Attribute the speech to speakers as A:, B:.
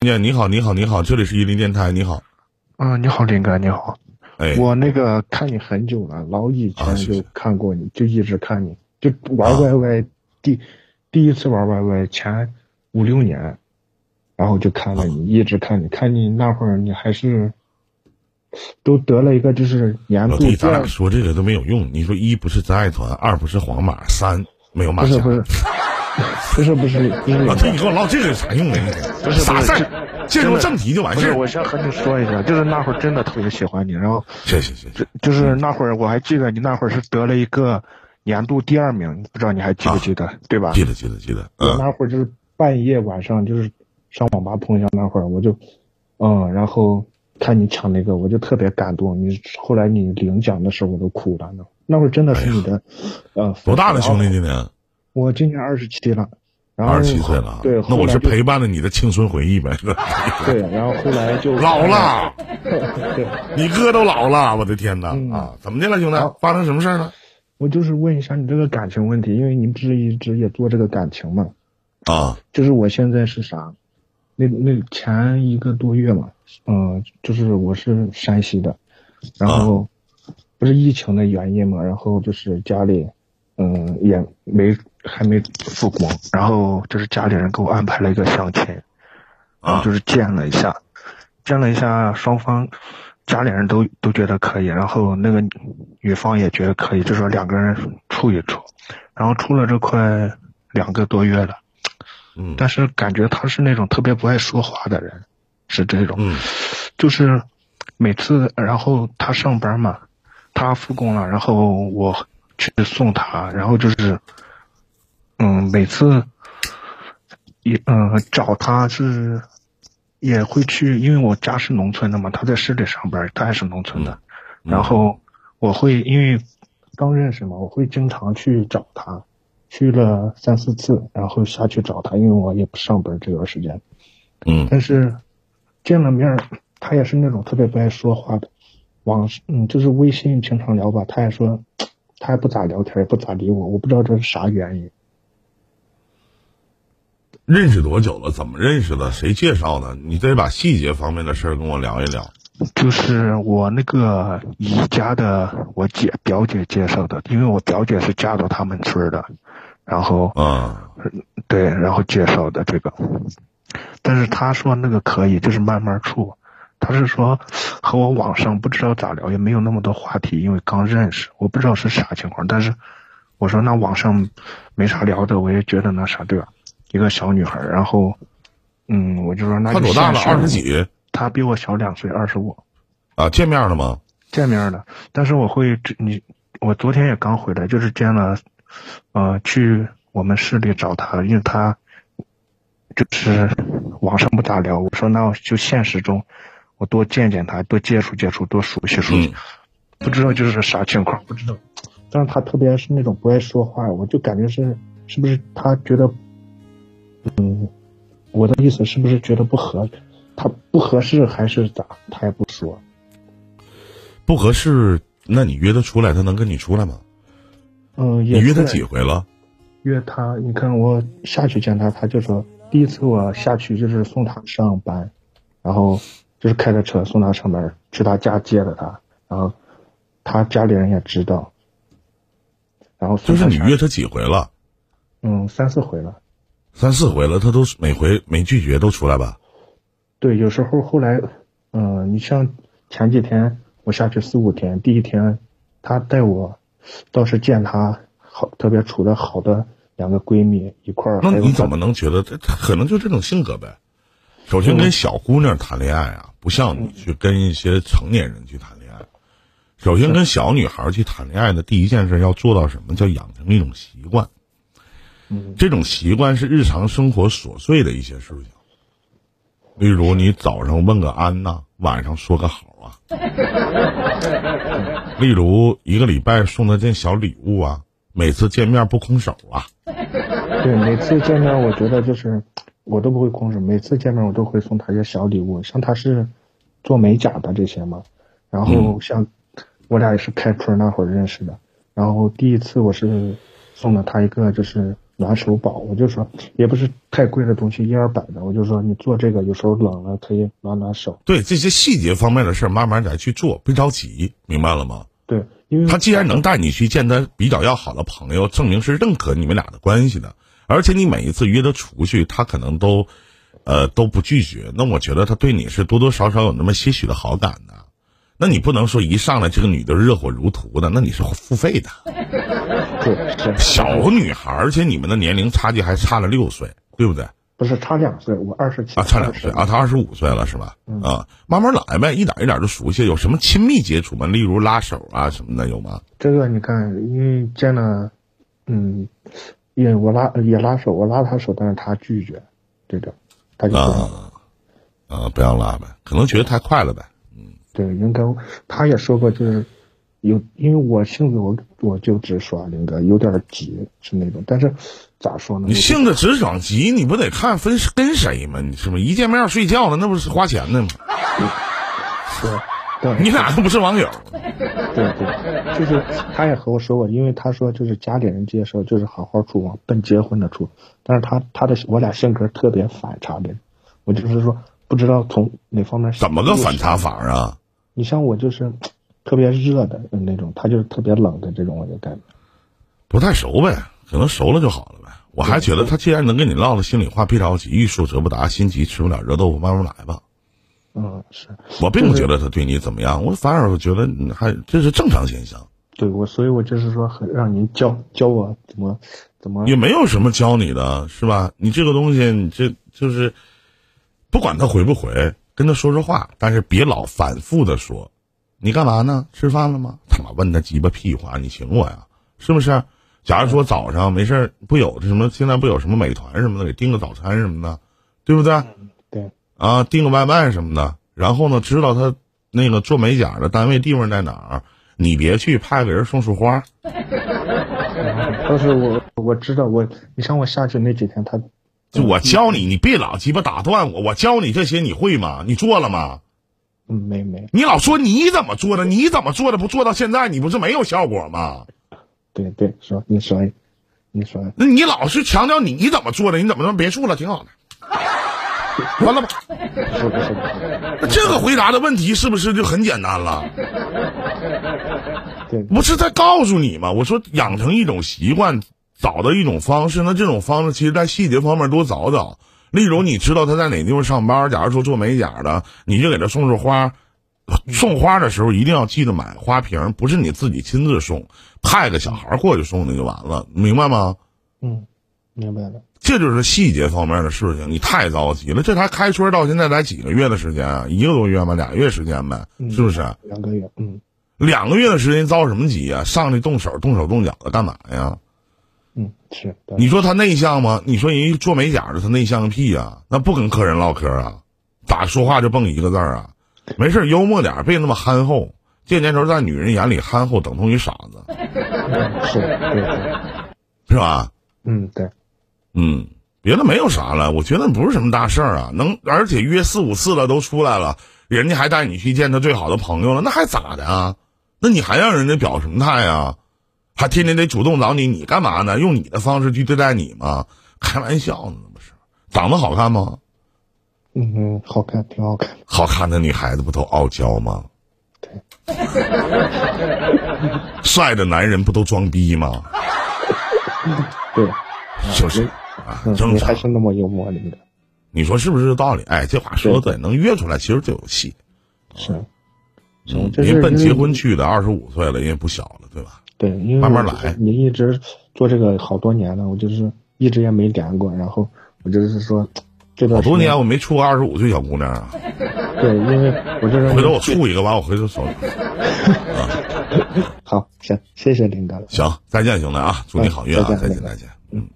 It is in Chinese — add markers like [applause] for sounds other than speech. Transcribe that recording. A: 你你好，你好，你好，这里是伊林电台，你好，
B: 啊，你好，林哥，你好，
A: 哎，
B: 我那个看你很久了，老以
A: 啊
B: 前
A: 谢谢啊
B: 就看过你，就一直看你，就玩 YY 第、第一次玩 YY 前五六年，然后就看
A: 啊
B: 了你，一直看你，看你那会儿你还是都得了一个就是年
A: 老
B: 度
A: 弟，
B: 第
A: 咱
B: 二
A: 俩，说这个都没有用。你说一不是真爱团，二不是皇马，三没有马
B: 不
A: 甲
B: 是。不是，不是不是不是
A: 老弟，你给我唠这个有啥用啊？
B: 不是
A: 啥
B: 不是
A: 事儿？
B: 这
A: 进
B: 真
A: 入
B: 的
A: 正题就完
B: 不
A: 事
B: 是，
A: 儿。
B: 我先和你说一下，就是那会儿真的特别喜欢你，然后
A: 谢谢谢
B: 就
A: 谢。
B: 就是那会儿我还记得你那会儿是得了一个年度第二名，不知道你还记
A: 啊
B: 不记得，对吧？
A: 记得记得记得，
B: 我
A: 嗯，
B: 那会儿就是半夜晚上就是上网吧通宵那会儿，我就嗯，然后看你抢那个，我就特别感动。你后来你领奖的时候我都哭了呢，那会儿真的是你的、呃
A: 哎多大了，兄？弟
B: 然后
A: 今年？
B: 我今年二十七了。然后
A: 二十七岁了啊，
B: 对，
A: 那
B: 后
A: 我
B: 来
A: 是
B: 就
A: 陪伴了你的青春回忆呗。 [laughs]
B: 对，然后后来就
A: 老，了，
B: 对，
A: 你哥都老了，我的天哪
B: 嗯
A: 啊！怎么的了，兄弟
B: 好？
A: 发生什么事儿了？
B: 我就是问一下你这个感情问题，因为你不是一直也做这个感情嘛，
A: 啊，
B: 就是我现在是啥？那那前一个多月嘛，嗯、就是我是山西的，然后不是疫情的原因嘛，然后就是家里，嗯、也没还没复工，然后就是家里人给我安排了一个相亲，
A: 啊
B: 然后就是见了一下，见了一下，双方家里人都都觉得可以，然后那个女方也觉得可以，就说两个人处一处，然后处了这快两个多月了。
A: 嗯
B: 但是感觉他是那种特别不爱说话的人，是这种，
A: 嗯
B: 就是每次然后他上班嘛，他复工了，然后我去送他，然后就是，嗯，每次也嗯找他是也会去，因为我家是农村的嘛，他在市里上班，他也是农村的，
A: 嗯
B: 然后我会因为刚认识嘛，我会经常去找他，去了三四次，然后下去找他，因为我也不上班这段时间，
A: 嗯
B: 但是见了面儿，他也是那种特别不爱说话的，往嗯就是微信平常聊吧，他也说他也不咋聊天，也不咋理我，我不知道这是啥原因。
A: 认识多久了？怎么认识的？谁介绍的？你得把细节方面的事儿跟我聊一聊。
B: 就是我那个姨家的我姐表姐介绍的，因为我表姐是嫁到他们村儿的，然后
A: 啊，
B: 对，然后介绍的这个，但是他说那个可以，就是慢慢处。他是说和我网上不知道咋聊，也没有那么多话题，因为刚认识，我不知道是啥情况。但是我说那网上没啥聊的，我也觉得那啥对吧？一个小女孩儿，然后嗯，我就说那
A: 他
B: 就
A: 多大了？
B: 现实
A: 二十，几
B: 她比我小两岁，二十五。
A: 啊？见面了吗？
B: 见面了，但是我会这你，我昨天也刚回来，就是见了，呃，去我们市里找他，因为他就是网上不咋聊，我说那我就现实中，我多见见他，多接触接触，多熟悉熟悉，
A: 嗯
B: 不知道就是啥情况，不知道。但是他特别是那种不爱说话，我就感觉是是不是他觉得，嗯，嗯我的意思是不是觉得不合，他不合适还是咋，他也不说。
A: 不合适，那你约他出来，他能跟你出来吗？
B: 嗯，
A: 你
B: 也
A: 约他
B: 是
A: 几回了？
B: 约他，你看我下去见他，他就说第一次我下去就是送他上班，然后就是开着车送他上班，去他家接的他，然后他家里人也知道，然后
A: 就
B: 送
A: 是
B: 他
A: 你
B: 下
A: 约他几回了？
B: 嗯三四回了，
A: 三四回了，他都是每回没拒绝都出来吧？
B: 对，有时候后来，嗯、你像前几天我下去四五天，第一天他带我倒是见他好特别处的好的两个闺蜜一块儿，
A: 那
B: 还有
A: 你
B: 他
A: 怎么能觉得他他可能就这种性格呗？首先跟小姑娘谈恋爱啊，不像你去跟一些成年人去谈恋爱。首先跟小女孩去谈恋爱的第一件事要做到什么？叫养成一种习惯。
B: 嗯
A: 这种习惯是日常生活琐碎的一些事情，例如你早上问个安呐、晚上说个好啊， [laughs] 例如一个礼拜送他件小礼物啊，每次见面不空手啊，
B: 对，每次见面，我觉得就是我都不会空手，每次见面我都会送他一些小礼物，像他是做美甲的这些嘛，然
A: 嗯
B: 后像我俩也是开春那会儿认识的，然后第一次我是送了他一个就是拿手宝，我就说也不是太贵的东西，一二百的，我就说你做这个有时候冷了可以暖暖手。
A: 对这些细节方面的事儿，慢慢再去做，别着急，明白了吗？
B: 对，因为
A: 他既然能带你去见他比较要好的朋友，证明是认可你们俩的关系的，而且你每一次约他出去，他可能都，呃，都不拒绝。那我觉得他对你是多多少少有那么些许的好感的。那你不能说一上来这个女的热火如荼的，那你是付费的。
B: 对是
A: 小女孩儿，而且你们的年龄差距还差了六岁，对不对？
B: 不是差两岁，我二十七
A: 啊，差两岁啊，他二十五岁了是吧？啊，慢慢来呗，一点一点就熟悉。有什么亲密接触吗？例如拉手啊什么的有吗？
B: 这个你看，因为见了，嗯，也我拉也拉手，我拉他手，但是他拒绝，这个他就不拉
A: 啊啊，不要拉呗，可能觉得太快了呗。
B: 对，林哥他也说过，就是有，因为我性子我我就直说，林哥有点急是那种，但是咋说呢？
A: 你性子直爽急，你不得看分跟谁吗？你是不是一见面睡觉了，那不是花钱的吗？
B: 对
A: 你俩又不是网友，
B: 对对，就是他也和我说过，因为他说就是家里人接受，就是好好处往奔结婚的处，但是他他的我俩性格特别反差的，我就是说不知道从哪方面
A: 怎么个反差法啊？
B: 你像我就是特别热的那种，他就是特别冷的这种，我就改变。
A: 不太熟呗，可能熟了就好了呗。我还觉得他既然能跟你唠了心里话，别着急，欲速则不达，心急吃不了热豆腐，慢慢来吧。
B: 嗯，是
A: 我并不觉得他对你怎么样，我反而我觉得你还这是正常现象，
B: 对我，所以我就是说很让您教教我怎么怎么
A: 也没有什么教你的，是吧？你这个东西，你这就是不管他回不回，跟他说说话，但是别老反复的说，你干嘛呢？吃饭了吗？他妈问他鸡巴屁话，你请我呀？是不是？假如说早上没事儿不有什么，现在不有什么美团什么的，给订个早餐什么的，对不对？
B: 对
A: 啊，订个外卖什么的，然后呢，知道他那个做美甲的单位地方在哪儿，你别去，派个人送束花。
B: 但是我我知道我，你像我下去那几天，他
A: 就我教你，你别老鸡巴打断我，我教你这些你会吗？你做了吗？
B: 嗯没没
A: 你老说你怎么做的，你怎么做的，不做到现在，你不是没有效果吗？
B: 对对说你说你说
A: 那你老是强调你怎么做的，你怎么着？别处了，挺好的， [laughs] 完了吧？
B: 不是不是不是
A: 那这个回答的问题是不是就很简单了？
B: 对
A: 不是在告诉你吗？我说养成一种习惯，找到一种方式，那这种方式其实在细节方面多找找。例如，你知道他在哪地方上班，假如说做美甲的，你就给他送束花。送花的时候一定要记得买花瓶，不是你自己亲自送，派个小孩过去送那就完了，明白吗？
B: 嗯明白了
A: 这就是细节方面的事情，你太着急了。这才开春到现在才几个月的时间啊，一个多月吗？俩月时间呗，是不是？
B: 两个月嗯
A: 两个月的时间着什么急呀、上去动手动手动脚的干嘛呀？
B: 嗯是对
A: 你说他内向吗？你说人家做美甲的他内向个屁呀、那不跟客人唠嗑啊，咋说话就蹦一个字儿啊？没事儿幽默点儿，别那么憨厚。这年头在女人眼里憨厚等同于傻子，
B: 是对对
A: 是吧？
B: 嗯对
A: 嗯，别的没有啥了，我觉得不是什么大事儿啊。能而且约四五次了都出来了，人家还带你去见他最好的朋友了，那还咋的啊？那你还让人家表什么态啊？还天天得主动找你，你干嘛呢？用你的方式去对待你吗？开玩笑呢，那不是？长得好看吗？
B: 嗯嗯好看挺好看
A: 好看的女孩子不都傲娇吗？
B: 对
A: 帅的男人不都装逼吗？
B: 对
A: 是不是啊？
B: 嗯
A: 正
B: 你
A: 常
B: 还。是那么幽默林哥
A: 你说是不是这道理？哎，这话说的
B: 嗯
A: 对，能约出来其实就有戏。
B: 是是
A: 嗯，
B: 这
A: 人
B: 是
A: 奔
B: 因
A: 结
B: 为
A: 婚去的，二十五岁了，人也不小了，对吧？
B: 对，因为
A: 慢慢
B: 我
A: 来
B: 您一直做这个好多年了，我就是一直也没连过，然后我就是说，这段
A: 好
B: 时
A: 多
B: 间
A: 年我没处过二十五岁小姑娘啊，
B: 对，因为我这人
A: 回头我处一个，完我回头手里。
B: 好，行，谢谢领导了。
A: 行，再见，兄弟啊，祝你好运啊
B: 嗯，再
A: 再
B: 见
A: 见，再见，嗯。